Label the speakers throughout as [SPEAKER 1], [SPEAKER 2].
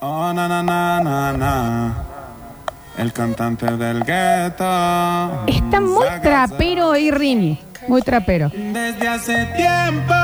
[SPEAKER 1] Oh, na na na na na. El cantante del gueto.
[SPEAKER 2] Está muy trapero y Rini. Muy trapero.
[SPEAKER 1] Desde hace tiempo.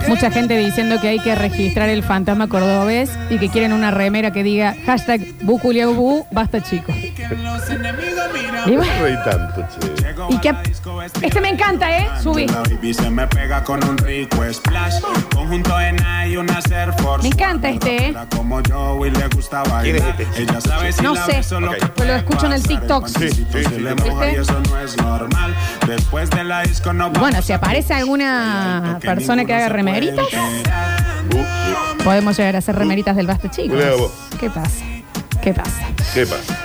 [SPEAKER 1] que
[SPEAKER 2] Mucha gente diciendo que hay que registrar el fantasma cordobés y que quieren una remera que diga hashtag buculiabu, basta chicos.
[SPEAKER 1] que Los enemigos miran.
[SPEAKER 2] Y bueno,
[SPEAKER 3] No hay tanto, che.
[SPEAKER 1] Llegó
[SPEAKER 2] y que-
[SPEAKER 1] a la disco vestida
[SPEAKER 2] este me encanta, ¿eh? Subí.
[SPEAKER 1] La baby se me pega con un rico splash. Conjunto en y una Air Force.
[SPEAKER 2] Me encanta este, ¿eh?
[SPEAKER 1] Era Como yo y le gusta bailar.
[SPEAKER 3] ¿Quién es este?
[SPEAKER 1] Ella sabe si
[SPEAKER 2] No
[SPEAKER 1] la
[SPEAKER 2] sé,
[SPEAKER 1] beso lo
[SPEAKER 3] Ok.
[SPEAKER 1] que
[SPEAKER 3] Pero
[SPEAKER 2] lo
[SPEAKER 1] puede
[SPEAKER 2] escucho en el
[SPEAKER 1] pasar.
[SPEAKER 2] TikTok.
[SPEAKER 1] pantisito
[SPEAKER 3] Sí, sí,
[SPEAKER 1] se
[SPEAKER 3] sí,
[SPEAKER 1] le
[SPEAKER 3] sí.
[SPEAKER 1] moja y
[SPEAKER 2] ¿Viste?
[SPEAKER 1] eso no es normal. Después de la disco no vamos
[SPEAKER 2] Bueno, si
[SPEAKER 1] a
[SPEAKER 2] aparece alguna persona que haga remeritas,
[SPEAKER 3] Uh, uh,
[SPEAKER 2] podemos llegar a hacer remeritas del basta chicos.
[SPEAKER 3] Buculiabu.
[SPEAKER 2] ¿Qué pasa? ¿Qué pasa?
[SPEAKER 3] ¿Qué pasa?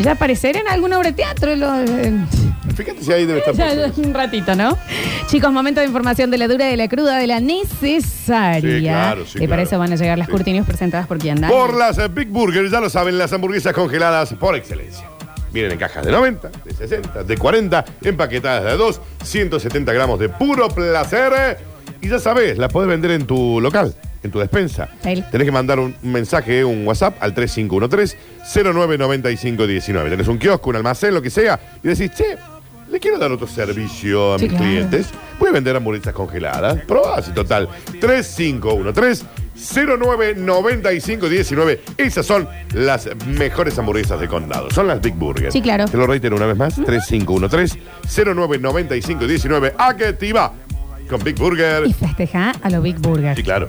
[SPEAKER 2] Ya aparecerá en alguna obra de teatro. los-
[SPEAKER 3] Fíjate si ahí debe estar.
[SPEAKER 2] Ya, ya,
[SPEAKER 3] puesto.
[SPEAKER 2] un ratito, ¿no? Chicos, momento de información de la dura, de la cruda, de la necesaria.
[SPEAKER 3] Sí, claro, sí,
[SPEAKER 2] y para
[SPEAKER 3] claro.
[SPEAKER 2] eso van a llegar las
[SPEAKER 3] Sí.
[SPEAKER 2] curtinios presentadas por quien dan.
[SPEAKER 3] Por las eh, Big Burgers, ya lo saben, las hamburguesas congeladas por excelencia. Vienen en cajas de 90, de 60, de 40, empaquetadas de a 2, 170 gramos de puro placer. eh. Y ya sabes, las podés vender en tu local, en tu despensa.
[SPEAKER 2] Sí.
[SPEAKER 3] Tenés que mandar un mensaje, eh, un WhatsApp al 3513-099519. Tenés un kiosco, un almacén, lo que sea, y decís, che, le quiero dar otro servicio a
[SPEAKER 2] Sí,
[SPEAKER 3] mis
[SPEAKER 2] claro.
[SPEAKER 3] clientes. Voy a vender hamburguesas congeladas. Probás, y total. 3513-099519. Esas son las mejores hamburguesas de condado. Son las Big Burger.
[SPEAKER 2] Sí, claro.
[SPEAKER 3] Te lo reitero una vez más. 3513-099519. ¿A qué te va? Con Big Burger.
[SPEAKER 2] Y festeja a lo Big Burger.
[SPEAKER 3] Sí, claro.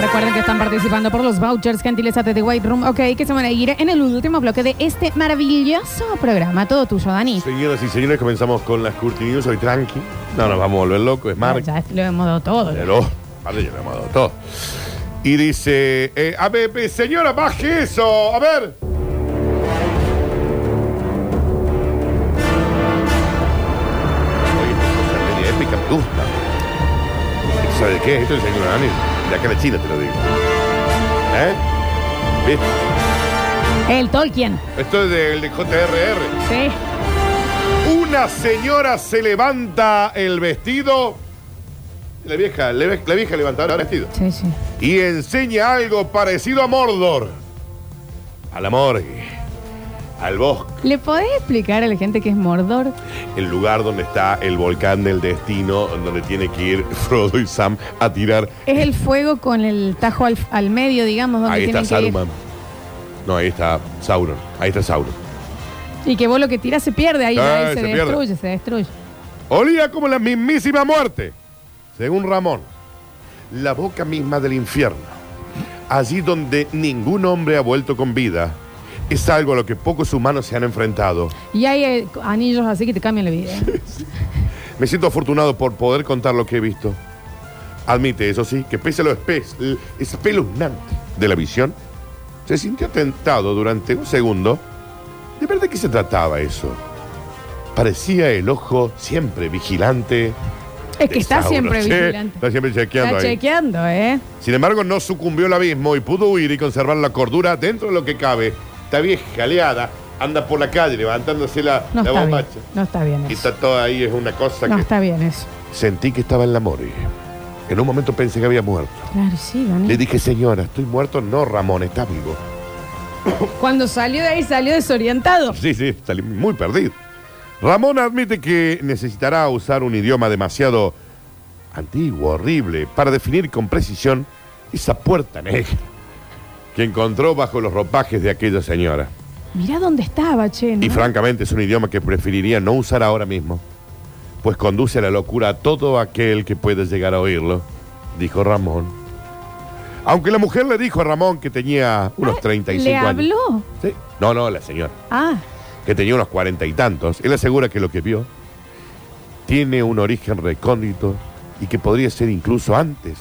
[SPEAKER 2] Recuerden que están participando por los vouchers gentileza de The White Room. Ok, que se van a ir en el último bloque de este maravilloso programa. Todo tuyo, Dani.
[SPEAKER 3] Señoras y señores, comenzamos con las Curti News. Hoy tranqui. No nos vamos a volver locos. Es martes.
[SPEAKER 2] Ya lo hemos dado todo.
[SPEAKER 3] Pero, vale, yo le hemos dado todo. Y dice, eh, a ver, eh, señora, baje eso. A ver. Oye, esta cosa media épica me gusta. ¿Sabes qué? Esto es el señor Daniel. De acá de China te lo digo. ¿Eh? ¿Viste?
[SPEAKER 2] El Tolkien.
[SPEAKER 3] Esto es del de JRR.
[SPEAKER 2] Sí.
[SPEAKER 3] Una señora se levanta el vestido. La vieja, la vieja la vieja levanta ahora el vestido.
[SPEAKER 2] Sí, sí.
[SPEAKER 3] y enseña algo parecido a Mordor. A la morgue, al bosque,
[SPEAKER 2] ¿Le podés explicar a la gente que es Mordor?
[SPEAKER 3] el lugar donde está el volcán del destino, donde tiene que ir Frodo y Sam a tirar.
[SPEAKER 2] Es el fuego con el tajo al, al medio, digamos, donde
[SPEAKER 3] Ahí está
[SPEAKER 2] tienen que ir.
[SPEAKER 3] Saruman. No, ahí está Sauron. Ahí está Sauron.
[SPEAKER 2] Y que vos lo que tiras se pierde ahí,
[SPEAKER 3] Ah,
[SPEAKER 2] ahí se,
[SPEAKER 3] se pierde.
[SPEAKER 2] destruye, se destruye.
[SPEAKER 3] Olía como la mismísima muerte, según Ramón. La boca misma del infierno. Allí donde ningún hombre ha vuelto con vida. Es algo a lo que pocos humanos se han enfrentado.
[SPEAKER 2] Y hay eh, anillos así que te cambian la vida.
[SPEAKER 3] Me siento afortunado por poder contar lo que he visto. Admite, eso sí, que pese a lo espe- espeluznante de la visión, se sintió tentado durante un segundo de ver de qué se trataba eso. Parecía el ojo siempre vigilante.
[SPEAKER 2] Es que
[SPEAKER 3] de
[SPEAKER 2] está
[SPEAKER 3] Sauron.
[SPEAKER 2] siempre
[SPEAKER 3] Sí,
[SPEAKER 2] vigilante.
[SPEAKER 3] Está siempre chequeando
[SPEAKER 2] Está
[SPEAKER 3] ahí.
[SPEAKER 2] chequeando, ¿eh?
[SPEAKER 3] Sin embargo, no sucumbió al abismo y pudo huir y conservar la cordura dentro de lo que cabe. Esta vieja jaleada anda por la calle levantándose la,
[SPEAKER 2] No
[SPEAKER 3] la
[SPEAKER 2] está bien.
[SPEAKER 3] bombacha.
[SPEAKER 2] No está bien
[SPEAKER 3] Y
[SPEAKER 2] eso.
[SPEAKER 3] está toda ahí, es una cosa
[SPEAKER 2] No
[SPEAKER 3] que...
[SPEAKER 2] está bien eso.
[SPEAKER 3] Sentí que estaba en la morgue. En un momento pensé que había muerto.
[SPEAKER 2] Claro, sí, Dani.
[SPEAKER 3] Le dije, señora, estoy muerto. No, Ramón, está vivo.
[SPEAKER 2] Cuando salió de ahí, salió desorientado.
[SPEAKER 3] Sí, sí, salí muy perdido. Ramón admite que necesitará usar un idioma demasiado antiguo, horrible, para definir con precisión esa puerta negra que encontró bajo los ropajes de aquella señora.
[SPEAKER 2] Mirá dónde estaba, che. ¿no?
[SPEAKER 3] Y francamente es un idioma que preferiría no usar ahora mismo, pues conduce a la locura a todo aquel que pueda llegar a oírlo, dijo Ramón. Aunque la mujer le dijo a Ramón que tenía unos
[SPEAKER 2] Ah,
[SPEAKER 3] 35
[SPEAKER 2] ¿Le
[SPEAKER 3] años.
[SPEAKER 2] habló?
[SPEAKER 3] Sí. No, no, la señora,
[SPEAKER 2] Ah,
[SPEAKER 3] que tenía unos cuarenta y tantos. Él asegura que lo que vio tiene un origen recóndito y que podría ser incluso antes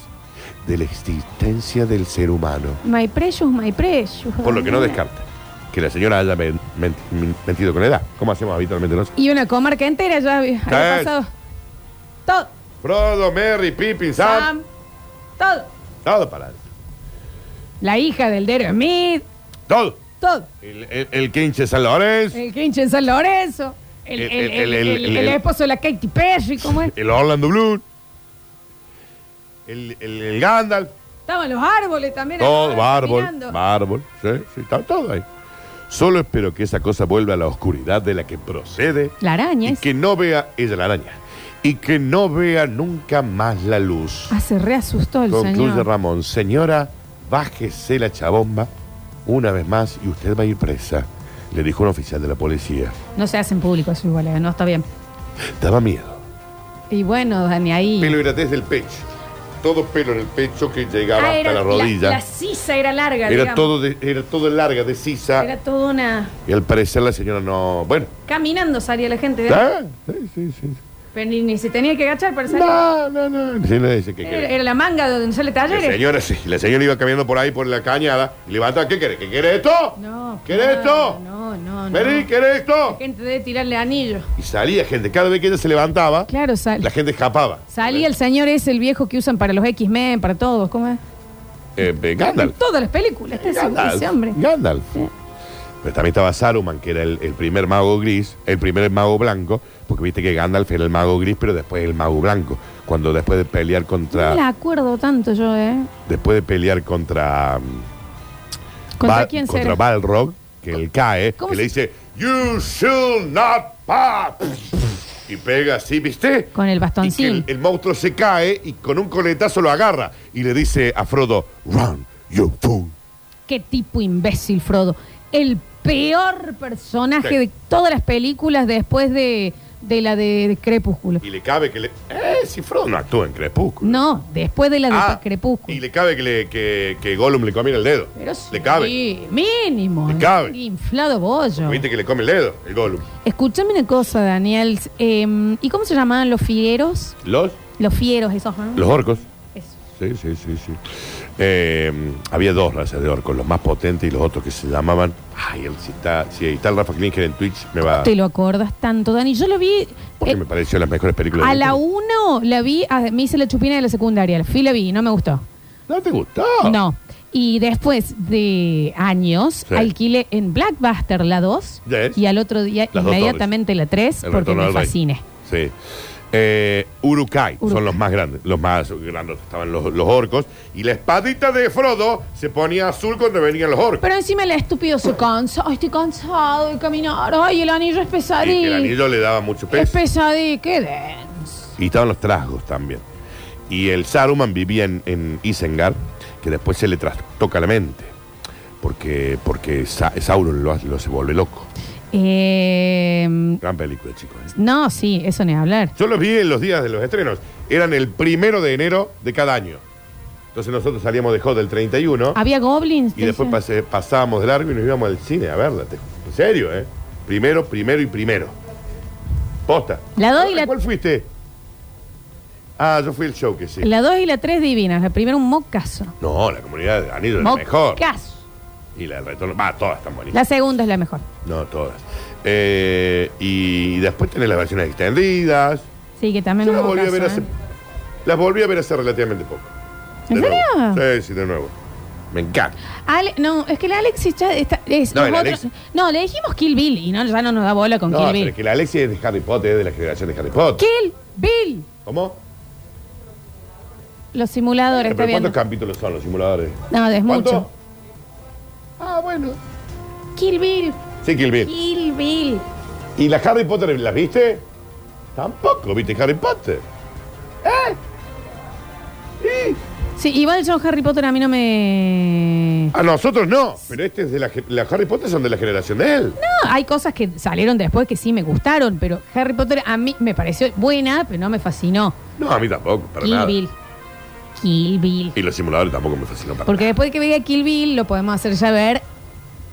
[SPEAKER 3] de la existencia del ser humano.
[SPEAKER 2] my precious, my precious.
[SPEAKER 3] Por lo que no
[SPEAKER 2] Daniela.
[SPEAKER 3] descarta que la señora haya men- men- men- mentido con la edad. ¿Cómo hacemos habitualmente nosotros?
[SPEAKER 2] Y una comarca entera ya había había
[SPEAKER 3] Sí.
[SPEAKER 2] pasado. Todo.
[SPEAKER 3] Frodo, Merry, Pippin, Sam.
[SPEAKER 2] Sam. Todo.
[SPEAKER 3] Todo para adelante.
[SPEAKER 2] La hija del Dero Smith.
[SPEAKER 3] Todo.
[SPEAKER 2] Todo.
[SPEAKER 3] El, el, el quinche de San Lorenzo.
[SPEAKER 2] El Grinch en San Lorenzo. El, el-
[SPEAKER 3] El- el-
[SPEAKER 2] el-
[SPEAKER 3] el-
[SPEAKER 2] el-
[SPEAKER 3] el-
[SPEAKER 2] el esposo de la Katy Perry, ¿cómo es?
[SPEAKER 3] El Orlando Bloom. El, el, el Gandalf.
[SPEAKER 2] Estaban los árboles también.
[SPEAKER 3] Todo,
[SPEAKER 2] ahora,
[SPEAKER 3] árbol,
[SPEAKER 2] caminando.
[SPEAKER 3] árbol, sí, sí, está todo ahí. Solo espero que esa cosa vuelva a la oscuridad de la que procede
[SPEAKER 2] La araña
[SPEAKER 3] y
[SPEAKER 2] es.
[SPEAKER 3] que no vea ella la araña y que no vea nunca más la luz.
[SPEAKER 2] Ah, se reasustó el
[SPEAKER 3] Concluye
[SPEAKER 2] señor.
[SPEAKER 3] Ramón, señora, bájese la chabomba una vez más y usted va a ir presa, le dijo un oficial de la policía.
[SPEAKER 2] No se hacen público eso igual, eh, no está bien.
[SPEAKER 3] Daba miedo.
[SPEAKER 2] Y bueno, Dani, ahí.
[SPEAKER 3] Pelo era desde el pecho, todo pelo en el pecho que llegaba
[SPEAKER 2] Ah,
[SPEAKER 3] hasta
[SPEAKER 2] era-
[SPEAKER 3] la rodilla.
[SPEAKER 2] La, sisa era larga,
[SPEAKER 3] era
[SPEAKER 2] digamos.
[SPEAKER 3] todo, de- era todo larga de sisa
[SPEAKER 2] Era todo una.
[SPEAKER 3] y al parecer la señora no, bueno,
[SPEAKER 2] Caminando salía la gente. ¿eh?
[SPEAKER 3] Ah, Sí, sí, sí.
[SPEAKER 2] Pero ni, ni se tenía que agachar para salir.
[SPEAKER 3] No, no, no. Sí, no dice que
[SPEAKER 2] Era,
[SPEAKER 3] quiere.
[SPEAKER 2] era la manga donde sale
[SPEAKER 3] La
[SPEAKER 2] talleres.
[SPEAKER 3] señora, sí, la señora iba caminando por ahí por la cañada y levanta, ¿qué quiere? ¿Qué quiere esto?
[SPEAKER 2] No.
[SPEAKER 3] ¿Quiere
[SPEAKER 2] claro,
[SPEAKER 3] esto?
[SPEAKER 2] No, no, no.
[SPEAKER 3] Vení, ¿quiere esto?
[SPEAKER 2] La gente debe tirarle anillo.
[SPEAKER 3] Y salía gente, cada vez que ella se levantaba,
[SPEAKER 2] Claro, sal-
[SPEAKER 3] la gente escapaba.
[SPEAKER 2] salía el señor es el viejo que usan para los X-Men, para todos. ¿Cómo es?
[SPEAKER 3] Eh, eh, Gandalf.
[SPEAKER 2] En todas las películas. Este es
[SPEAKER 3] Gandalf.
[SPEAKER 2] ese hombre.
[SPEAKER 3] Gandalf. Pero también estaba Saruman, que era el, el primer mago gris, el primer mago blanco, porque viste que Gandalf era el mago gris, pero después el mago blanco. Cuando después de pelear contra.
[SPEAKER 2] No la acuerdo tanto yo, ¿eh?
[SPEAKER 3] Después de pelear contra. mm,
[SPEAKER 2] ¿Contra
[SPEAKER 3] Ba-
[SPEAKER 2] quién
[SPEAKER 3] contra
[SPEAKER 2] será?
[SPEAKER 3] Balrog, que él cae,
[SPEAKER 2] ¿Cómo
[SPEAKER 3] que le
[SPEAKER 2] se-
[SPEAKER 3] dice, You shall not pass. Y pega así, ¿viste?
[SPEAKER 2] Con el
[SPEAKER 3] Y que
[SPEAKER 2] bastoncín.
[SPEAKER 3] el, el monstruo se cae y con un coletazo lo agarra y le dice a Frodo, Run, you fool.
[SPEAKER 2] Qué tipo imbécil, Frodo. El peor personaje
[SPEAKER 3] Sí.
[SPEAKER 2] de todas las películas después de, de la de Crepúsculo.
[SPEAKER 3] Y le cabe que le. Eh, si Frodo no actúa en Crepúsculo.
[SPEAKER 2] No, después de la de
[SPEAKER 3] Ah,
[SPEAKER 2] Crepúsculo.
[SPEAKER 3] Y le cabe que, le, que, que Gollum le comiera el dedo.
[SPEAKER 2] Pero sí,
[SPEAKER 3] Le cabe.
[SPEAKER 2] mínimo.
[SPEAKER 3] Le
[SPEAKER 2] ¿eh?
[SPEAKER 3] cabe.
[SPEAKER 2] Inflado bollo.
[SPEAKER 3] Viste que le come el dedo, el Gollum.
[SPEAKER 2] Escúchame una cosa, Daniel. eh, ¿Y cómo se llamaban los fieros?
[SPEAKER 3] Los,
[SPEAKER 2] Los fieros, esos. ¿no?
[SPEAKER 3] los orcos.
[SPEAKER 2] Eso.
[SPEAKER 3] Sí, sí, sí, sí. Eh, había dos razas de orcos, los más potentes y los otros que se llamaban. Ay, él, si está, si está el Rafa Klinger en Twitch, me va.
[SPEAKER 2] ¿Te lo acordas tanto, Dani? Yo lo vi.
[SPEAKER 3] Porque
[SPEAKER 2] eh,
[SPEAKER 3] me pareció las mejores películas
[SPEAKER 2] a
[SPEAKER 3] de
[SPEAKER 2] la
[SPEAKER 3] U.
[SPEAKER 2] 1 la vi, ah, me hice la chupina de la secundaria. La fui, la vi, no me gustó.
[SPEAKER 3] ¿No te gustó?
[SPEAKER 2] No. Y después de años,
[SPEAKER 3] Sí.
[SPEAKER 2] alquilé en Blackbuster la 2
[SPEAKER 3] Yes.
[SPEAKER 2] y al otro día
[SPEAKER 3] Las dos
[SPEAKER 2] inmediatamente la 3
[SPEAKER 3] El
[SPEAKER 2] porque
[SPEAKER 3] retorno
[SPEAKER 2] me
[SPEAKER 3] del rey.
[SPEAKER 2] fasciné.
[SPEAKER 3] Sí. Eh, Urukai,
[SPEAKER 2] Uruk-hai.
[SPEAKER 3] son los más grandes, los más grandes estaban los, los orcos. Y la espadita de Frodo se ponía azul cuando venían los orcos.
[SPEAKER 2] Pero encima el estúpido se cansa. Ay, estoy cansado de caminar. Ay, el anillo es
[SPEAKER 3] y que
[SPEAKER 2] pesadillo.
[SPEAKER 3] el anillo le daba mucho
[SPEAKER 2] es
[SPEAKER 3] peso.
[SPEAKER 2] pesadillo. Qué denso.
[SPEAKER 3] Y estaban los trasgos también. Y el Saruman vivía en, en Isengard, que después se le trastoca la mente. Porque, porque Sa- Sauron lo, hace- lo se vuelve loco.
[SPEAKER 2] Eh,
[SPEAKER 3] Gran película, chicos. ¿eh?
[SPEAKER 2] no, sí, eso ni hablar.
[SPEAKER 3] Yo los vi en los días de los estrenos. Eran el primero de enero de cada año. Entonces nosotros salíamos de Hot el 31
[SPEAKER 2] Había goblins.
[SPEAKER 3] y después
[SPEAKER 2] decía.
[SPEAKER 3] pase- pasábamos de largo y nos íbamos al cine a verla. te- en serio, ¿eh? Primero, primero y primero. Posta.
[SPEAKER 2] La dos y la-
[SPEAKER 3] ¿Cuál fuiste? Ah, yo fui el show que sí.
[SPEAKER 2] La 2 y la 3 divinas. La primera un mocazo.
[SPEAKER 3] No, la comunidad de Anillo es la mejor.
[SPEAKER 2] Mocazo.
[SPEAKER 3] Y la del retorno. Va, todas están bonitas.
[SPEAKER 2] La segunda es la mejor.
[SPEAKER 3] No, todas. Eh, y después tenés las versiones extendidas.
[SPEAKER 2] Sí, que también
[SPEAKER 3] Yo
[SPEAKER 2] un
[SPEAKER 3] las volví a
[SPEAKER 2] mocazo,
[SPEAKER 3] ver
[SPEAKER 2] ¿eh?
[SPEAKER 3] hace. Las volví a ver hace relativamente poco.
[SPEAKER 2] ¿En
[SPEAKER 3] De
[SPEAKER 2] serio?
[SPEAKER 3] nuevo. Sí, sí, de nuevo. Me encanta.
[SPEAKER 2] Ale- no, es que la Alexis ya está. es-
[SPEAKER 3] No, el
[SPEAKER 2] nosotros-
[SPEAKER 3] Alexis.
[SPEAKER 2] no, le dijimos Kill Bill y no, ya no nos da bola con
[SPEAKER 3] No,
[SPEAKER 2] Kill
[SPEAKER 3] pero
[SPEAKER 2] Bill.
[SPEAKER 3] es que la Alexia es de Harry Potter, es de la generación de Harry Potter.
[SPEAKER 2] Kill Bill.
[SPEAKER 3] ¿Cómo?
[SPEAKER 2] Los simuladores, está
[SPEAKER 3] Pero
[SPEAKER 2] bien.
[SPEAKER 3] ¿Cuántos capítulos son los simuladores?
[SPEAKER 2] No, es
[SPEAKER 3] ¿Cuántos?
[SPEAKER 2] mucho.
[SPEAKER 3] Ah, bueno.
[SPEAKER 2] Kill Bill.
[SPEAKER 3] Sí, Kill Bill.
[SPEAKER 2] Kill Bill.
[SPEAKER 3] ¿Y las Harry Potter las viste? Tampoco viste Harry Potter.
[SPEAKER 2] Sí, igual yo Harry Potter a mí no me.
[SPEAKER 3] A nosotros no. Pero este es de la. ge- Las Harry Potter son de la generación de él.
[SPEAKER 2] No, hay cosas que salieron después que sí me gustaron, pero Harry Potter a mí me pareció buena, pero no me fascinó.
[SPEAKER 3] No, a mí tampoco, para
[SPEAKER 2] Kill
[SPEAKER 3] nada.
[SPEAKER 2] Bill. Kill Bill.
[SPEAKER 3] Y los simuladores tampoco me fascinan para
[SPEAKER 2] Porque
[SPEAKER 3] nada.
[SPEAKER 2] después de que veía Kill Bill lo podemos hacer ya ver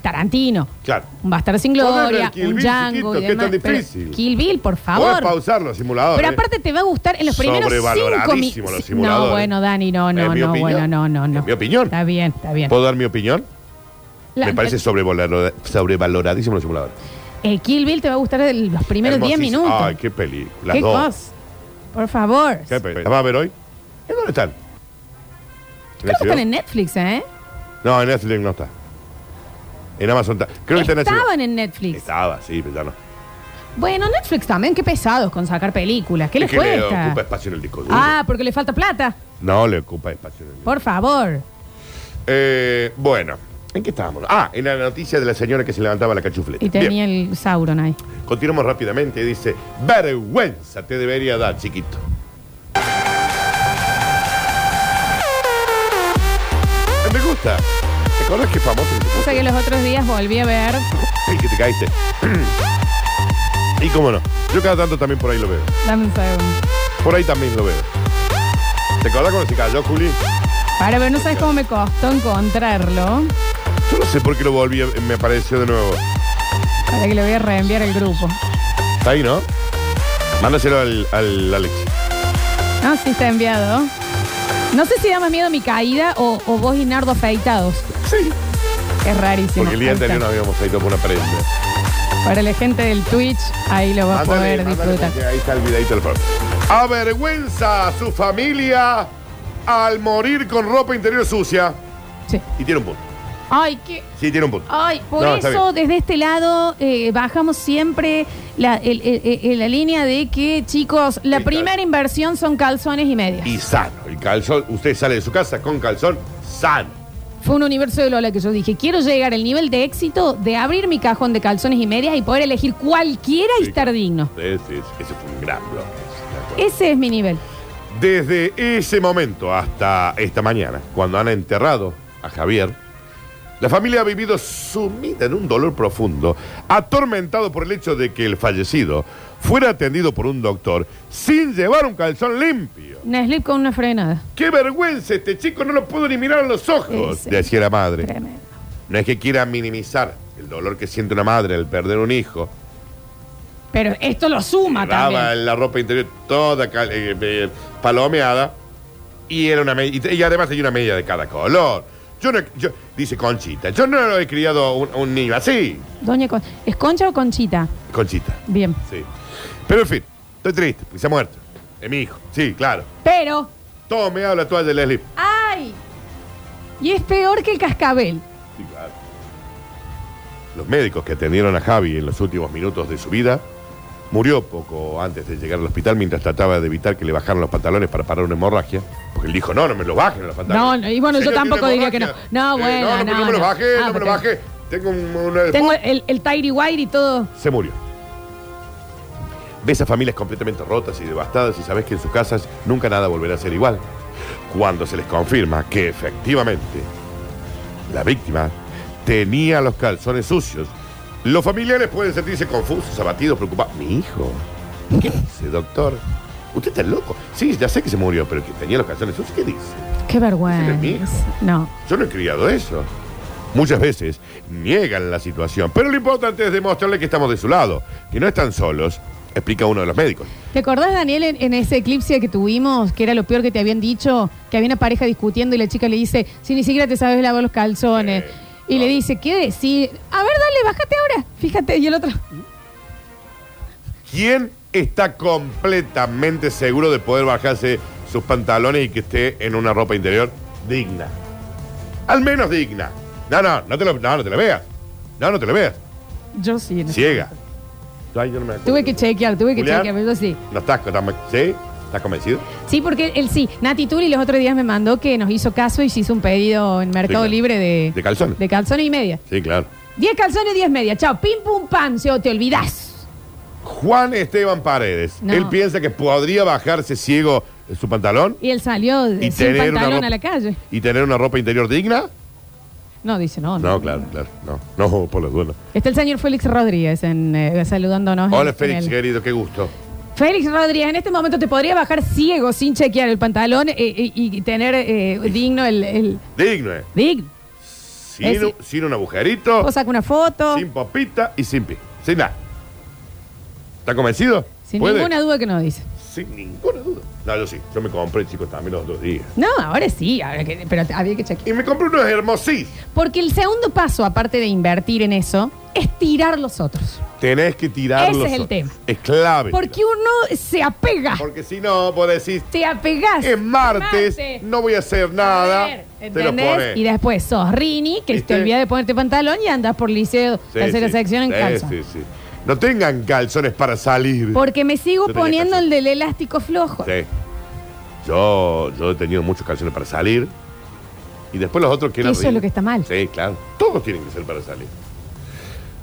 [SPEAKER 2] Tarantino.
[SPEAKER 3] Claro.
[SPEAKER 2] Un Bastardo sin
[SPEAKER 3] Podés ver
[SPEAKER 2] Gloria,
[SPEAKER 3] Kill
[SPEAKER 2] un
[SPEAKER 3] Bill,
[SPEAKER 2] Django
[SPEAKER 3] chiquito,
[SPEAKER 2] y
[SPEAKER 3] ¿qué
[SPEAKER 2] demás.
[SPEAKER 3] tan
[SPEAKER 2] Pero
[SPEAKER 3] difícil?
[SPEAKER 2] Kill Bill, por
[SPEAKER 3] Podés
[SPEAKER 2] favor.
[SPEAKER 3] pausar los simuladores.
[SPEAKER 2] Pero aparte te va a gustar en los primeros cinco
[SPEAKER 3] Sobrevaloradísimos
[SPEAKER 2] minutos.
[SPEAKER 3] los
[SPEAKER 2] No,
[SPEAKER 3] simuladores.
[SPEAKER 2] bueno, Dani, no,
[SPEAKER 3] Es
[SPEAKER 2] no,
[SPEAKER 3] mi
[SPEAKER 2] no,
[SPEAKER 3] opinión.
[SPEAKER 2] bueno, no, no, no.
[SPEAKER 3] Es mi opinión.
[SPEAKER 2] Está bien, está bien.
[SPEAKER 3] ¿Puedo dar mi opinión?
[SPEAKER 2] La-
[SPEAKER 3] Me parece sobrevalorada- sobrevaloradísimo los simuladores.
[SPEAKER 2] Eh, Kill Bill te va a gustar el- los primeros 10
[SPEAKER 3] Hermosísimo.
[SPEAKER 2] minutos.
[SPEAKER 3] Ay, qué peli. Las
[SPEAKER 2] ¿Qué
[SPEAKER 3] dos.
[SPEAKER 2] cosa? Por favor.
[SPEAKER 3] ¿Qué peli? ¿Las vas a ver hoy? ¿En dónde están? ¿En
[SPEAKER 2] Creo que
[SPEAKER 3] HBO?
[SPEAKER 2] están en Netflix, ¿eh?
[SPEAKER 3] No, en Netflix no está. En Amazon está. Creo que está en
[SPEAKER 2] Estaban
[SPEAKER 3] Netflix.
[SPEAKER 2] en Netflix.
[SPEAKER 3] Estaba, sí, pero ya no.
[SPEAKER 2] Bueno, Netflix también, qué pesados con sacar películas. ¿Qué
[SPEAKER 3] Es
[SPEAKER 2] les
[SPEAKER 3] que le
[SPEAKER 2] cuesta?
[SPEAKER 3] ocupa espacio en el disco duro.
[SPEAKER 2] ah, porque le falta plata.
[SPEAKER 3] No, le ocupa espacio en el disco
[SPEAKER 2] Por favor.
[SPEAKER 3] Eh, bueno, ¿en qué estábamos? Ah, en la noticia de la señora que se levantaba la cachufleta.
[SPEAKER 2] Y tenía el Sauron ahí.
[SPEAKER 3] Bien, Continuamos rápidamente. Dice, vergüenza te debería dar, chiquito. Eh, Me gusta. ¿Te acuerdas que famoso?
[SPEAKER 2] O sea que los otros días volví a ver.
[SPEAKER 3] Ay, que te caíste. y cómo no. Yo cada tanto también por ahí lo veo.
[SPEAKER 2] Dame un segundo.
[SPEAKER 3] Por ahí también lo veo. ¿Te acuerdas cuando se cayó, Juli?
[SPEAKER 2] Para ver, no sabes cómo me costó encontrarlo.
[SPEAKER 3] Yo no sé por qué lo volví, a- me apareció de nuevo.
[SPEAKER 2] Para que le voy a reenviar el grupo.
[SPEAKER 3] Está ahí, ¿no? Mándaselo al, al Alex.
[SPEAKER 2] No, Ah, sí está enviado. No sé si da más miedo mi caída o, o vos y Nardo afeitados.
[SPEAKER 3] Sí.
[SPEAKER 2] Es rarísimo.
[SPEAKER 3] Porque el día
[SPEAKER 2] Ahí está.
[SPEAKER 3] anterior nos habíamos feito por una pared.
[SPEAKER 2] Para la gente del Twitch, ahí lo va a
[SPEAKER 3] Mándale,
[SPEAKER 2] poder
[SPEAKER 3] mándale,
[SPEAKER 2] disfrutar.
[SPEAKER 3] porque Ahí está el videito del profe. Avergüenza a su familia al morir con ropa interior sucia.
[SPEAKER 2] Sí.
[SPEAKER 3] Y tiene un punto.
[SPEAKER 2] Ay, qué.
[SPEAKER 3] Sí, tiene un punto.
[SPEAKER 2] Ay, por
[SPEAKER 3] No, está
[SPEAKER 2] eso desde este lado eh, bajamos siempre la, el- el- el- la línea de que, chicos, la
[SPEAKER 3] Sí,
[SPEAKER 2] primera
[SPEAKER 3] claro.
[SPEAKER 2] inversión son calzones y medias.
[SPEAKER 3] Y sano. El calzón, usted sale de su casa con calzón sano.
[SPEAKER 2] Fue un universo de Lola que yo dije, quiero llegar al nivel de éxito de abrir mi cajón de calzones y medias y poder elegir cualquiera y
[SPEAKER 3] Sí,
[SPEAKER 2] estar digno.
[SPEAKER 3] Ese, ese- ese fue un gran bloque. ese, de acuerdo.
[SPEAKER 2] Ese es mi nivel.
[SPEAKER 3] Desde ese momento hasta esta mañana, cuando han enterrado a Javier, la familia ha vivido sumida en un dolor profundo, atormentado por el hecho de que el fallecido fuera atendido por un doctor sin llevar un calzón limpio.
[SPEAKER 2] Una slip con una frenada.
[SPEAKER 3] ¡Qué vergüenza! Este chico no lo puedo ni mirar a los ojos,
[SPEAKER 2] Ese.
[SPEAKER 3] decía la madre.
[SPEAKER 2] Tremendo.
[SPEAKER 3] No es que quiera minimizar el dolor que siente una madre al perder un hijo.
[SPEAKER 2] Pero esto lo suma
[SPEAKER 3] Llevaba
[SPEAKER 2] Ah, también.
[SPEAKER 3] la ropa interior toda cal- eh, eh, palomeada y era una me- y, te- y además hay una media de cada color. Yo no, yo- dice Conchita, yo no lo he criado un, un niño así.
[SPEAKER 2] Doña Con- ¿Es concha o conchita?
[SPEAKER 3] Conchita,
[SPEAKER 2] Bien.
[SPEAKER 3] sí. Pero en fin, estoy triste, porque se ha muerto. Es mi hijo, sí, claro.
[SPEAKER 2] Pero,
[SPEAKER 3] Todo me habla toda de Leslie.
[SPEAKER 2] ¡ay! Y es peor que el cascabel.
[SPEAKER 3] Sí, claro. Los médicos que atendieron a Javi en los últimos minutos de su vida murió poco antes de llegar al hospital mientras trataba de evitar que le bajaran los pantalones para parar una hemorragia. Porque él dijo, no, no me los bajen los pantalones.
[SPEAKER 2] No, no, y bueno, yo
[SPEAKER 3] Señor,
[SPEAKER 2] tampoco
[SPEAKER 3] tiene
[SPEAKER 2] diría que no.
[SPEAKER 3] hemorragia. Eh,
[SPEAKER 2] No, bueno,
[SPEAKER 3] no,
[SPEAKER 2] no,
[SPEAKER 3] no, no me los
[SPEAKER 2] no.
[SPEAKER 3] baje,
[SPEAKER 2] Ah,
[SPEAKER 3] no me
[SPEAKER 2] pero
[SPEAKER 3] los baje. Tengo un- una...
[SPEAKER 2] Tengo el, el Tidy Wire y todo.
[SPEAKER 3] Se murió. Ves a familias completamente rotas y devastadas y sabes que en sus casas nunca nada volverá a ser igual. Cuando se les confirma que efectivamente la víctima tenía los calzones sucios, los familiares pueden sentirse confusos, abatidos, preocupados. Mi hijo, ¿qué dice, doctor? Usted está loco. Sí, ya sé que se murió, pero que tenía los calzones sucios, ¿qué dice?
[SPEAKER 2] Qué
[SPEAKER 3] Ese es mi hijo.
[SPEAKER 2] vergüenza. No.
[SPEAKER 3] Yo no he criado eso. Muchas veces niegan la situación, pero lo importante es demostrarle que estamos de su lado, que no están solos, explica uno de los médicos.
[SPEAKER 2] ¿Te acordás, Daniel, en, en ese eclipse que tuvimos, que era lo peor que te habían dicho? Que había una pareja discutiendo y la chica le dice, si ni siquiera te sabes lavar los calzones.
[SPEAKER 3] Eh,
[SPEAKER 2] y
[SPEAKER 3] no.
[SPEAKER 2] le dice, ¿qué decir? A ver, dale, bájate ahora. Fíjate, y el otro.
[SPEAKER 3] ¿Quién está completamente seguro de poder bajarse sus pantalones y que esté en una ropa interior digna? Al menos digna. No, no, no te lo, no, no te lo veas. No, no te lo veas.
[SPEAKER 2] Yo sí. no.
[SPEAKER 3] Ciega. Ay, yo no me acuerdo.
[SPEAKER 2] Tuve que chequear, tuve que
[SPEAKER 3] Julián,
[SPEAKER 2] chequear, pero yo sí.
[SPEAKER 3] ¿No estás, estás- ¿sí? ¿Estás convencido?
[SPEAKER 2] Sí, porque él sí. Nati Turi los otros días me mandó que nos hizo caso y se hizo un pedido en Mercado
[SPEAKER 3] Sí, claro.
[SPEAKER 2] Libre de,
[SPEAKER 3] De calzones.
[SPEAKER 2] de calzones y media.
[SPEAKER 3] Sí, claro.
[SPEAKER 2] 10 calzones, 10 media. Chao, pim, pum, pam, se te olvidás.
[SPEAKER 3] Juan Esteban Paredes.
[SPEAKER 2] No.
[SPEAKER 3] Él piensa que podría bajarse ciego su pantalón
[SPEAKER 2] Y él salió de-
[SPEAKER 3] y
[SPEAKER 2] sin
[SPEAKER 3] tener, una
[SPEAKER 2] pantalón
[SPEAKER 3] ropa,
[SPEAKER 2] a la calle.
[SPEAKER 3] y tener una ropa interior digna.
[SPEAKER 2] No, dice, no, Oh, no.
[SPEAKER 3] No, claro, claro. No, no por las dudas.
[SPEAKER 2] Está el señor Félix Rodríguez en, eh, saludándonos.
[SPEAKER 3] Hola
[SPEAKER 2] en-
[SPEAKER 3] Félix,
[SPEAKER 2] en el-
[SPEAKER 3] querido, qué gusto.
[SPEAKER 2] Félix Rodríguez, en este momento te podría bajar ciego sin chequear el pantalón eh, eh, y tener eh, digno el... el
[SPEAKER 3] Digno, ¿eh?
[SPEAKER 2] digno.
[SPEAKER 3] Sin,
[SPEAKER 2] Es-
[SPEAKER 3] un- sin un agujerito,
[SPEAKER 2] Vos saca una foto.
[SPEAKER 3] sin popita y sin pie. Sin nada. ¿Está convencido?
[SPEAKER 2] Sin
[SPEAKER 3] ¿Puede?
[SPEAKER 2] ninguna duda que no dice.
[SPEAKER 3] sin ninguna duda. No, yo sí. Yo me compré, chicos, también los dos días.
[SPEAKER 2] No, ahora sí, ahora que- pero había que chequear.
[SPEAKER 3] Y me compré unos hermosís.
[SPEAKER 2] Porque el segundo paso, aparte de invertir en eso, es tirar los otros.
[SPEAKER 3] Tenés que tirarlos.
[SPEAKER 2] Ese es el tema.
[SPEAKER 3] Es clave.
[SPEAKER 2] Porque uno se apega.
[SPEAKER 3] Porque si no, vos decís,
[SPEAKER 2] Te apegas.
[SPEAKER 3] es martes, no voy a hacer nada.
[SPEAKER 2] A ver,
[SPEAKER 3] te lo
[SPEAKER 2] ¿Entendés?
[SPEAKER 3] pones.
[SPEAKER 2] Y después sos Rini, que
[SPEAKER 3] ¿Viste?
[SPEAKER 2] te olvidas de ponerte pantalón y andas por liceo,
[SPEAKER 3] Sí,
[SPEAKER 2] tercera
[SPEAKER 3] sí.
[SPEAKER 2] sección en
[SPEAKER 3] Sí,
[SPEAKER 2] calzón.
[SPEAKER 3] sí, sí. No tengan calzones para salir.
[SPEAKER 2] Porque me sigo
[SPEAKER 3] Yo tenía
[SPEAKER 2] poniendo
[SPEAKER 3] calzón.
[SPEAKER 2] el del elástico flojo.
[SPEAKER 3] Sí. Yo, yo he tenido muchos calzones para salir. Y después los otros quieren
[SPEAKER 2] Eso es
[SPEAKER 3] abrir.
[SPEAKER 2] lo que está mal.
[SPEAKER 3] Sí, claro. Todos tienen que ser para salir.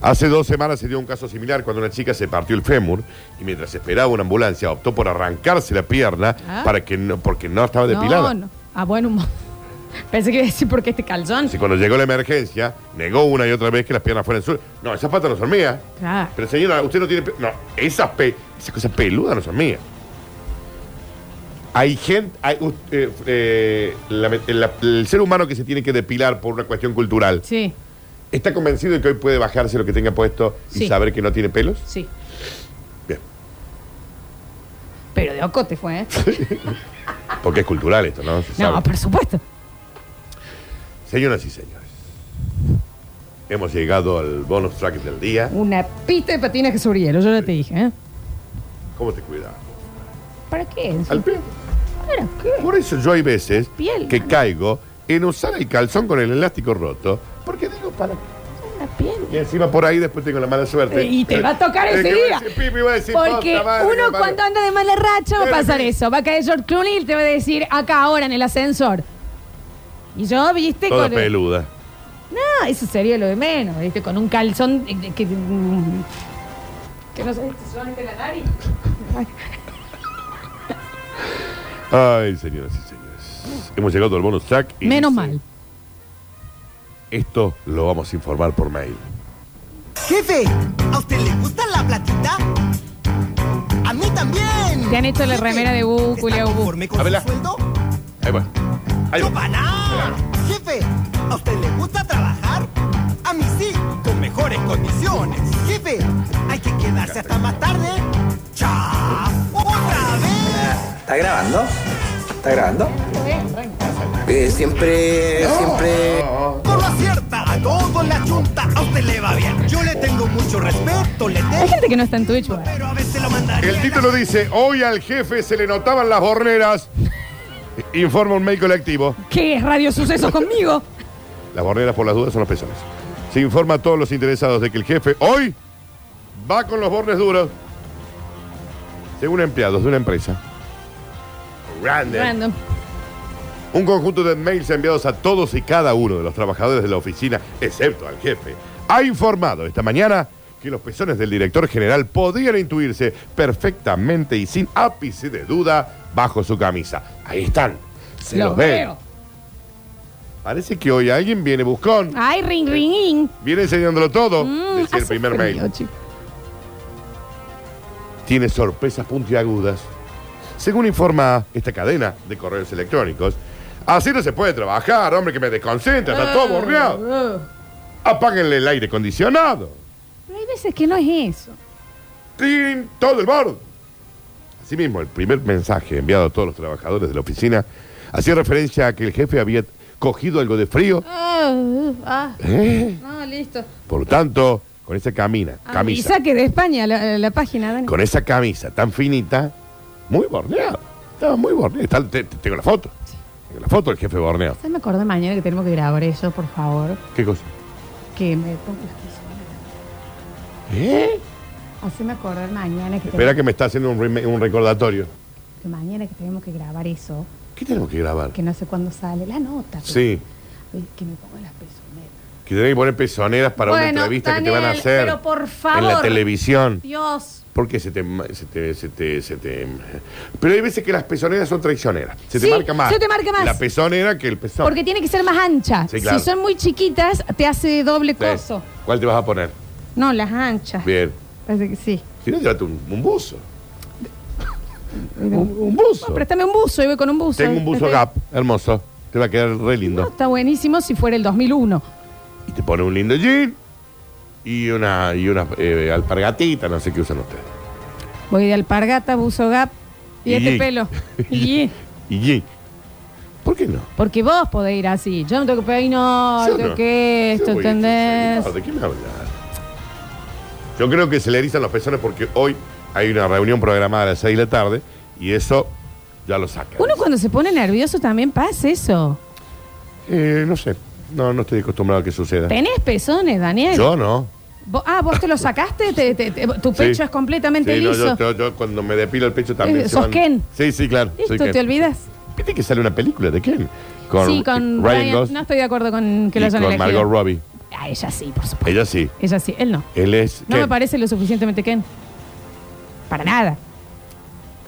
[SPEAKER 3] Hace dos semanas se dio un caso similar cuando una chica se partió el fémur y mientras esperaba una ambulancia optó por arrancarse la pierna
[SPEAKER 2] Ah.
[SPEAKER 3] para que no, porque no estaba depilada.
[SPEAKER 2] No, no. Ah, bueno, un mo- Pensé que iba a decir porque este calzón.
[SPEAKER 3] Así que cuando llegó la emergencia, negó una y otra vez que las piernas fueran suyas. No, esas patas no son mías.
[SPEAKER 2] Claro.
[SPEAKER 3] Pero señora, usted no tiene... pe- No, esas, pe- esas cosas peludas no son mías. Hay gente... hay, uh, eh, eh, la- la- el ser humano que se tiene que depilar por una cuestión cultural
[SPEAKER 2] Sí,
[SPEAKER 3] está convencido de que hoy puede bajarse lo que tenga puesto y
[SPEAKER 2] Sí.
[SPEAKER 3] saber que no tiene pelos.
[SPEAKER 2] sí.
[SPEAKER 3] Bien.
[SPEAKER 2] Pero de ocote fue, ¿eh?
[SPEAKER 3] Porque es cultural esto, ¿no? Se
[SPEAKER 2] No,
[SPEAKER 3] sabe.
[SPEAKER 2] por supuesto.
[SPEAKER 3] Señoras y señores, hemos llegado al bonus track del día.
[SPEAKER 2] Una pista de patinaje sobre hielo, yo ya te dije, ¿eh?
[SPEAKER 3] ¿Cómo te cuidamos?
[SPEAKER 2] ¿Para qué?
[SPEAKER 3] Al pie.
[SPEAKER 2] ¿Para qué?
[SPEAKER 3] Por eso yo hay veces
[SPEAKER 2] Piel,
[SPEAKER 3] que
[SPEAKER 2] ¿no?
[SPEAKER 3] caigo en usar el calzón con el elástico roto, porque digo para qué?
[SPEAKER 2] Una piel.
[SPEAKER 3] Y encima por ahí después tengo la mala suerte.
[SPEAKER 2] Eh, Y te va a tocar
[SPEAKER 3] Eh,
[SPEAKER 2] ese
[SPEAKER 3] que va
[SPEAKER 2] día.
[SPEAKER 3] a decir, Pipi, va a decir,
[SPEAKER 2] Porque
[SPEAKER 3] "Posta madre,
[SPEAKER 2] uno
[SPEAKER 3] que madre".
[SPEAKER 2] cuando anda de mala racha va a
[SPEAKER 3] Pero
[SPEAKER 2] pasar
[SPEAKER 3] sí.
[SPEAKER 2] eso. Va a caer George Clooney y te va a decir acá ahora en el ascensor. Y yo, viste,
[SPEAKER 3] Toda
[SPEAKER 2] con.
[SPEAKER 3] peluda.
[SPEAKER 2] No, eso sería lo de menos, viste, con un calzón eh, que. mm, Que no sé si son de la nariz.
[SPEAKER 3] Ay, señoras y señores. Hemos llegado al bonus track. y
[SPEAKER 2] Menos
[SPEAKER 3] dice,
[SPEAKER 2] mal.
[SPEAKER 3] Esto lo vamos a informar por mail.
[SPEAKER 4] Jefe, ¿a usted le gusta la platita? A mí también.
[SPEAKER 2] Te han hecho la
[SPEAKER 4] Jefe,
[SPEAKER 2] remera de Bu,
[SPEAKER 4] ¿está
[SPEAKER 2] Julio Bu.
[SPEAKER 4] conforme con
[SPEAKER 3] Abela.
[SPEAKER 4] su sueldo?
[SPEAKER 3] Ahí va. Ahí
[SPEAKER 4] ¡No
[SPEAKER 3] va.
[SPEAKER 4] para nada! Jefe, ¿a usted le gusta trabajar? A mí sí, con mejores condiciones. Jefe, hay que quedarse hasta más tarde. ¡Chao! ¡Otra vez!
[SPEAKER 5] ¿Está grabando? ¿Está grabando? Eh, siempre, siempre...
[SPEAKER 4] Todo acierta, a todo la chunta, a usted le va bien. Yo le tengo mucho respeto, le
[SPEAKER 2] Hay
[SPEAKER 4] tengo...
[SPEAKER 2] gente que no está en Twitch, güey.
[SPEAKER 4] Pero a veces lo mandaría... a
[SPEAKER 3] El
[SPEAKER 4] la-
[SPEAKER 3] título dice, hoy al jefe se le notaban las borneras. Informa un mail colectivo.
[SPEAKER 2] ¿Qué es Radio Sucesos conmigo?
[SPEAKER 3] Las borneras por las dudas son los pezones. Se informa a todos los interesados de que el jefe hoy va con los bornes duros. Según empleados de una empresa. Random.
[SPEAKER 2] Random.
[SPEAKER 3] Un conjunto de mails enviados a todos y cada uno de los trabajadores de la oficina, excepto al jefe, ha informado esta mañana que los pezones del director general podían intuirse perfectamente y sin ápice de duda bajo su camisa. Ahí están. Se los,
[SPEAKER 2] Lo
[SPEAKER 3] ve.
[SPEAKER 2] veo.
[SPEAKER 3] Parece que hoy alguien viene buscón.
[SPEAKER 2] Ay, ring, ring.
[SPEAKER 3] Viene enseñándolo todo,
[SPEAKER 2] Mm,
[SPEAKER 3] decía el
[SPEAKER 2] hace
[SPEAKER 3] primer
[SPEAKER 2] frío,
[SPEAKER 3] mail.
[SPEAKER 2] chico.
[SPEAKER 3] Tiene sorpresas puntiagudas. Según informa esta cadena de correos electrónicos, así no se puede trabajar, hombre, que me desconcentra, está todo borreado.
[SPEAKER 2] Ah,
[SPEAKER 3] Apáguenle el aire acondicionado.
[SPEAKER 2] Pero hay veces que no es eso.
[SPEAKER 3] ¡Tin! Todo el borde. Asimismo, el primer mensaje enviado a todos los trabajadores de la oficina hacía referencia a que el jefe había cogido algo de frío.
[SPEAKER 2] Ah, ah,
[SPEAKER 3] ¿Eh?
[SPEAKER 2] no, listo.
[SPEAKER 3] Por lo tanto, con esa camina, camisa.
[SPEAKER 2] Avisa que Ah, de España la, la página, Dani.
[SPEAKER 3] con esa camisa tan finita, muy borneado. Estaba muy borneado. Está- te- te- tengo la foto. Tengo la foto del jefe borneado.
[SPEAKER 2] ¿Sabes? Me acordé mañana que tenemos que grabar eso, por favor.
[SPEAKER 3] ¿Qué cosa?
[SPEAKER 2] Que me ponga las tijeras.
[SPEAKER 3] ¿Eh?
[SPEAKER 2] Haceme acordar mañana que,
[SPEAKER 3] Espera que me está haciendo un, reme- un recordatorio.
[SPEAKER 2] tenemos- que mañana que tenemos que grabar eso,
[SPEAKER 3] ¿Qué tenemos que grabar?
[SPEAKER 2] que no sé cuándo sale la nota. pero-
[SPEAKER 3] Sí,
[SPEAKER 2] Ay, Que me ponga las pezoneras.
[SPEAKER 3] que tenés que poner pezoneras para una
[SPEAKER 2] Bueno,
[SPEAKER 3] entrevista que te van a
[SPEAKER 2] Daniel,
[SPEAKER 3] hacer
[SPEAKER 2] pero por
[SPEAKER 3] en la
[SPEAKER 2] favor.
[SPEAKER 3] televisión.
[SPEAKER 2] Dios.
[SPEAKER 3] Porque se te, ma- se te, se te, se te- Pero hay veces que las pezoneras son traicioneras. Se te
[SPEAKER 2] Sí,
[SPEAKER 3] marca más.
[SPEAKER 2] se te marca más.
[SPEAKER 3] La pezonera que el pezón.
[SPEAKER 2] Porque tiene que ser más ancha.
[SPEAKER 3] Sí, claro.
[SPEAKER 2] Si son muy chiquitas, te hace doble
[SPEAKER 3] Sí.
[SPEAKER 2] coso.
[SPEAKER 3] ¿Cuál te vas a poner?
[SPEAKER 2] No, las anchas.
[SPEAKER 3] Bien.
[SPEAKER 2] Parece que sí.
[SPEAKER 3] Si no, llévate un, un buzo. Un, un buzo.
[SPEAKER 2] No, préstame un buzo, yo voy con un buzo.
[SPEAKER 3] Tengo un buzo
[SPEAKER 2] Este-
[SPEAKER 3] Gap, hermoso. Te va a quedar re
[SPEAKER 2] No,
[SPEAKER 3] lindo.
[SPEAKER 2] está buenísimo si fuera el 2001.
[SPEAKER 3] Y te pone un lindo jean y una, y una eh, alpargatita, no sé qué usan ustedes.
[SPEAKER 2] Voy de alpargata, buzo gap, Y este
[SPEAKER 3] Yi.
[SPEAKER 2] pelo. Y
[SPEAKER 3] Y Yi. ¿Por qué no?
[SPEAKER 2] Porque vos podés ir así. Yo no tengo que peinar,
[SPEAKER 3] Yo
[SPEAKER 2] tengo
[SPEAKER 3] no.
[SPEAKER 2] que esto,
[SPEAKER 3] Yo voy a
[SPEAKER 2] ¿entendés?
[SPEAKER 3] decir, "Señor, ¿De qué me hablas? Yo creo que se le erizan los pezones porque hoy hay una reunión programada a las 6 de la tarde y eso ya lo saca.
[SPEAKER 2] Uno cuando se pone nervioso también pasa eso.
[SPEAKER 3] Eh, no sé. No, no estoy acostumbrado a que suceda.
[SPEAKER 2] Tenés pezones, Daniel.
[SPEAKER 3] Yo no.
[SPEAKER 2] Vos- ah, vos te lo sacaste, te- te- te- tu
[SPEAKER 3] Sí.
[SPEAKER 2] pecho es completamente
[SPEAKER 3] Sí, no,
[SPEAKER 2] liso.
[SPEAKER 3] yo, yo- yo cuando me depilo el pecho también.
[SPEAKER 2] Eh,
[SPEAKER 3] se
[SPEAKER 2] sos
[SPEAKER 3] van-
[SPEAKER 2] Ken.
[SPEAKER 3] Sí, sí, claro. soy
[SPEAKER 2] Listo,
[SPEAKER 3] Ken.
[SPEAKER 2] te olvidas.
[SPEAKER 3] ¿Viste que sale una película de Ken?
[SPEAKER 2] sí, con
[SPEAKER 3] Ryan
[SPEAKER 2] Brian-
[SPEAKER 3] Gosling
[SPEAKER 2] No estoy de acuerdo con que lo
[SPEAKER 3] y
[SPEAKER 2] hayan
[SPEAKER 3] con
[SPEAKER 2] elegido.
[SPEAKER 3] Margot Robbie.
[SPEAKER 2] Ah, ella sí, por supuesto.
[SPEAKER 3] Ella sí.
[SPEAKER 2] Ella sí, él no.
[SPEAKER 3] Él es
[SPEAKER 2] No
[SPEAKER 3] Ken.
[SPEAKER 2] me parece lo suficientemente Ken. Para nada.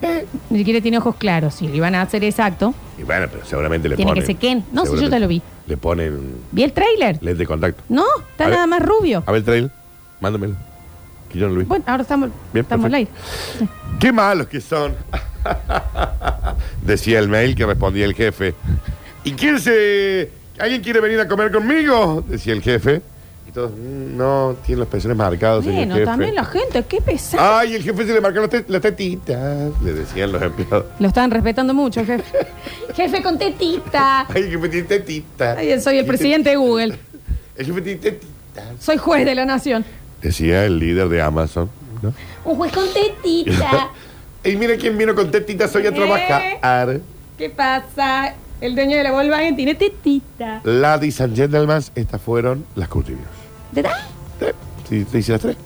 [SPEAKER 3] Eh,
[SPEAKER 2] Ni siquiera tiene ojos claros. Si le iban a hacer exacto.
[SPEAKER 3] Y bueno, pero seguramente le
[SPEAKER 2] Tiene que
[SPEAKER 3] ponen.
[SPEAKER 2] ser Ken. No, si yo
[SPEAKER 3] seguramente
[SPEAKER 2] ya lo vi.
[SPEAKER 3] Le ponen
[SPEAKER 2] ¿Vi el tráiler?
[SPEAKER 3] lente de contacto.
[SPEAKER 2] No,
[SPEAKER 3] A
[SPEAKER 2] está
[SPEAKER 3] ver.
[SPEAKER 2] nada más rubio.
[SPEAKER 3] A ver, trail, mándamelo. Que yo no lo vi.
[SPEAKER 2] Bueno, ahora estamos,
[SPEAKER 3] Bien,
[SPEAKER 2] estamos live.
[SPEAKER 3] perfecto. ¡Qué malos que son! Decía el mail que respondía el jefe. ¿Y quién se.? ¿Alguien quiere venir a comer conmigo? Decía el jefe. Y todos, "Mm, no, tiene los pezones marcados. señor
[SPEAKER 2] Bueno,
[SPEAKER 3] jefe".
[SPEAKER 2] también la gente, qué pesado.
[SPEAKER 3] ¡Ay, el jefe se le marcó las, te- las tetitas! Le decían los empleados.
[SPEAKER 2] Lo estaban respetando mucho, jefe. jefe con tetita.
[SPEAKER 3] ¡Ay, el jefe tiene tetitas!
[SPEAKER 2] Ay, soy el presidente de Google.
[SPEAKER 3] El jefe tiene tetitas.
[SPEAKER 2] Soy juez de la nación.
[SPEAKER 3] Decía el líder de Amazon. ¿no?
[SPEAKER 2] Un juez con tetita.
[SPEAKER 3] y mira quién vino con tetitas hoy a
[SPEAKER 2] Eh.
[SPEAKER 3] trabajar.
[SPEAKER 2] ¿Qué pasa? El dueño de la Volkswagen tiene tetita.
[SPEAKER 3] Ladies and gentlemen, estas fueron las curtidas.
[SPEAKER 2] ¿Verdad?
[SPEAKER 3] ¿Sí, ¿Te hice las tres?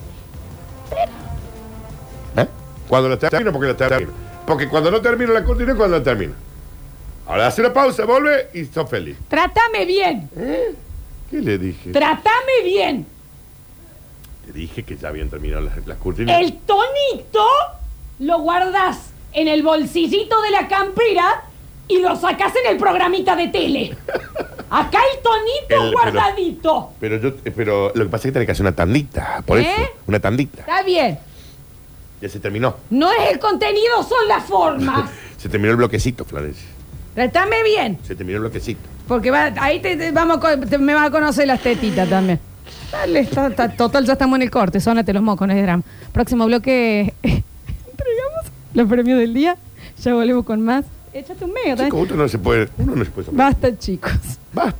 [SPEAKER 3] ¿Eh? Cuando las termino, porque las termino. Porque cuando no termino la cortina, es cuando la termino. Ahora hace una pausa, vuelve y sos feliz.
[SPEAKER 2] Trátame bien.
[SPEAKER 3] Eh. ¿Qué le dije?
[SPEAKER 2] Trátame bien.
[SPEAKER 3] Te dije que ya habían terminado las, las cortinas.
[SPEAKER 2] El tonito lo guardas en el bolsillito de la campera y lo sacas en el programita de tele. Acá el tonito
[SPEAKER 3] El- pero-
[SPEAKER 2] guardadito.
[SPEAKER 3] Pero yo, eh, pero lo que pasa es que tenés que hacer una tandita, por
[SPEAKER 2] ¿Eh?
[SPEAKER 3] eso. Una tandita.
[SPEAKER 2] Está bien.
[SPEAKER 3] Ya se terminó.
[SPEAKER 2] No es el contenido, son las formas.
[SPEAKER 3] Se terminó el bloquecito, Florencia.
[SPEAKER 2] Trátame bien,
[SPEAKER 3] Se terminó el bloquecito.
[SPEAKER 2] porque va- ahí te, te- vamos, co- te- me vas a conocer las tetitas también. Dale, está- está- total, ya estamos en el corte, sonate los mocos, no es drama. Próximo bloque, entregamos los premios del día, ya volvemos con más. Échate un mega,
[SPEAKER 3] Chicos,
[SPEAKER 2] ¿eh?
[SPEAKER 3] uno no se puede, uno no se puede soplar.
[SPEAKER 2] Basta, chicos.
[SPEAKER 3] Basta.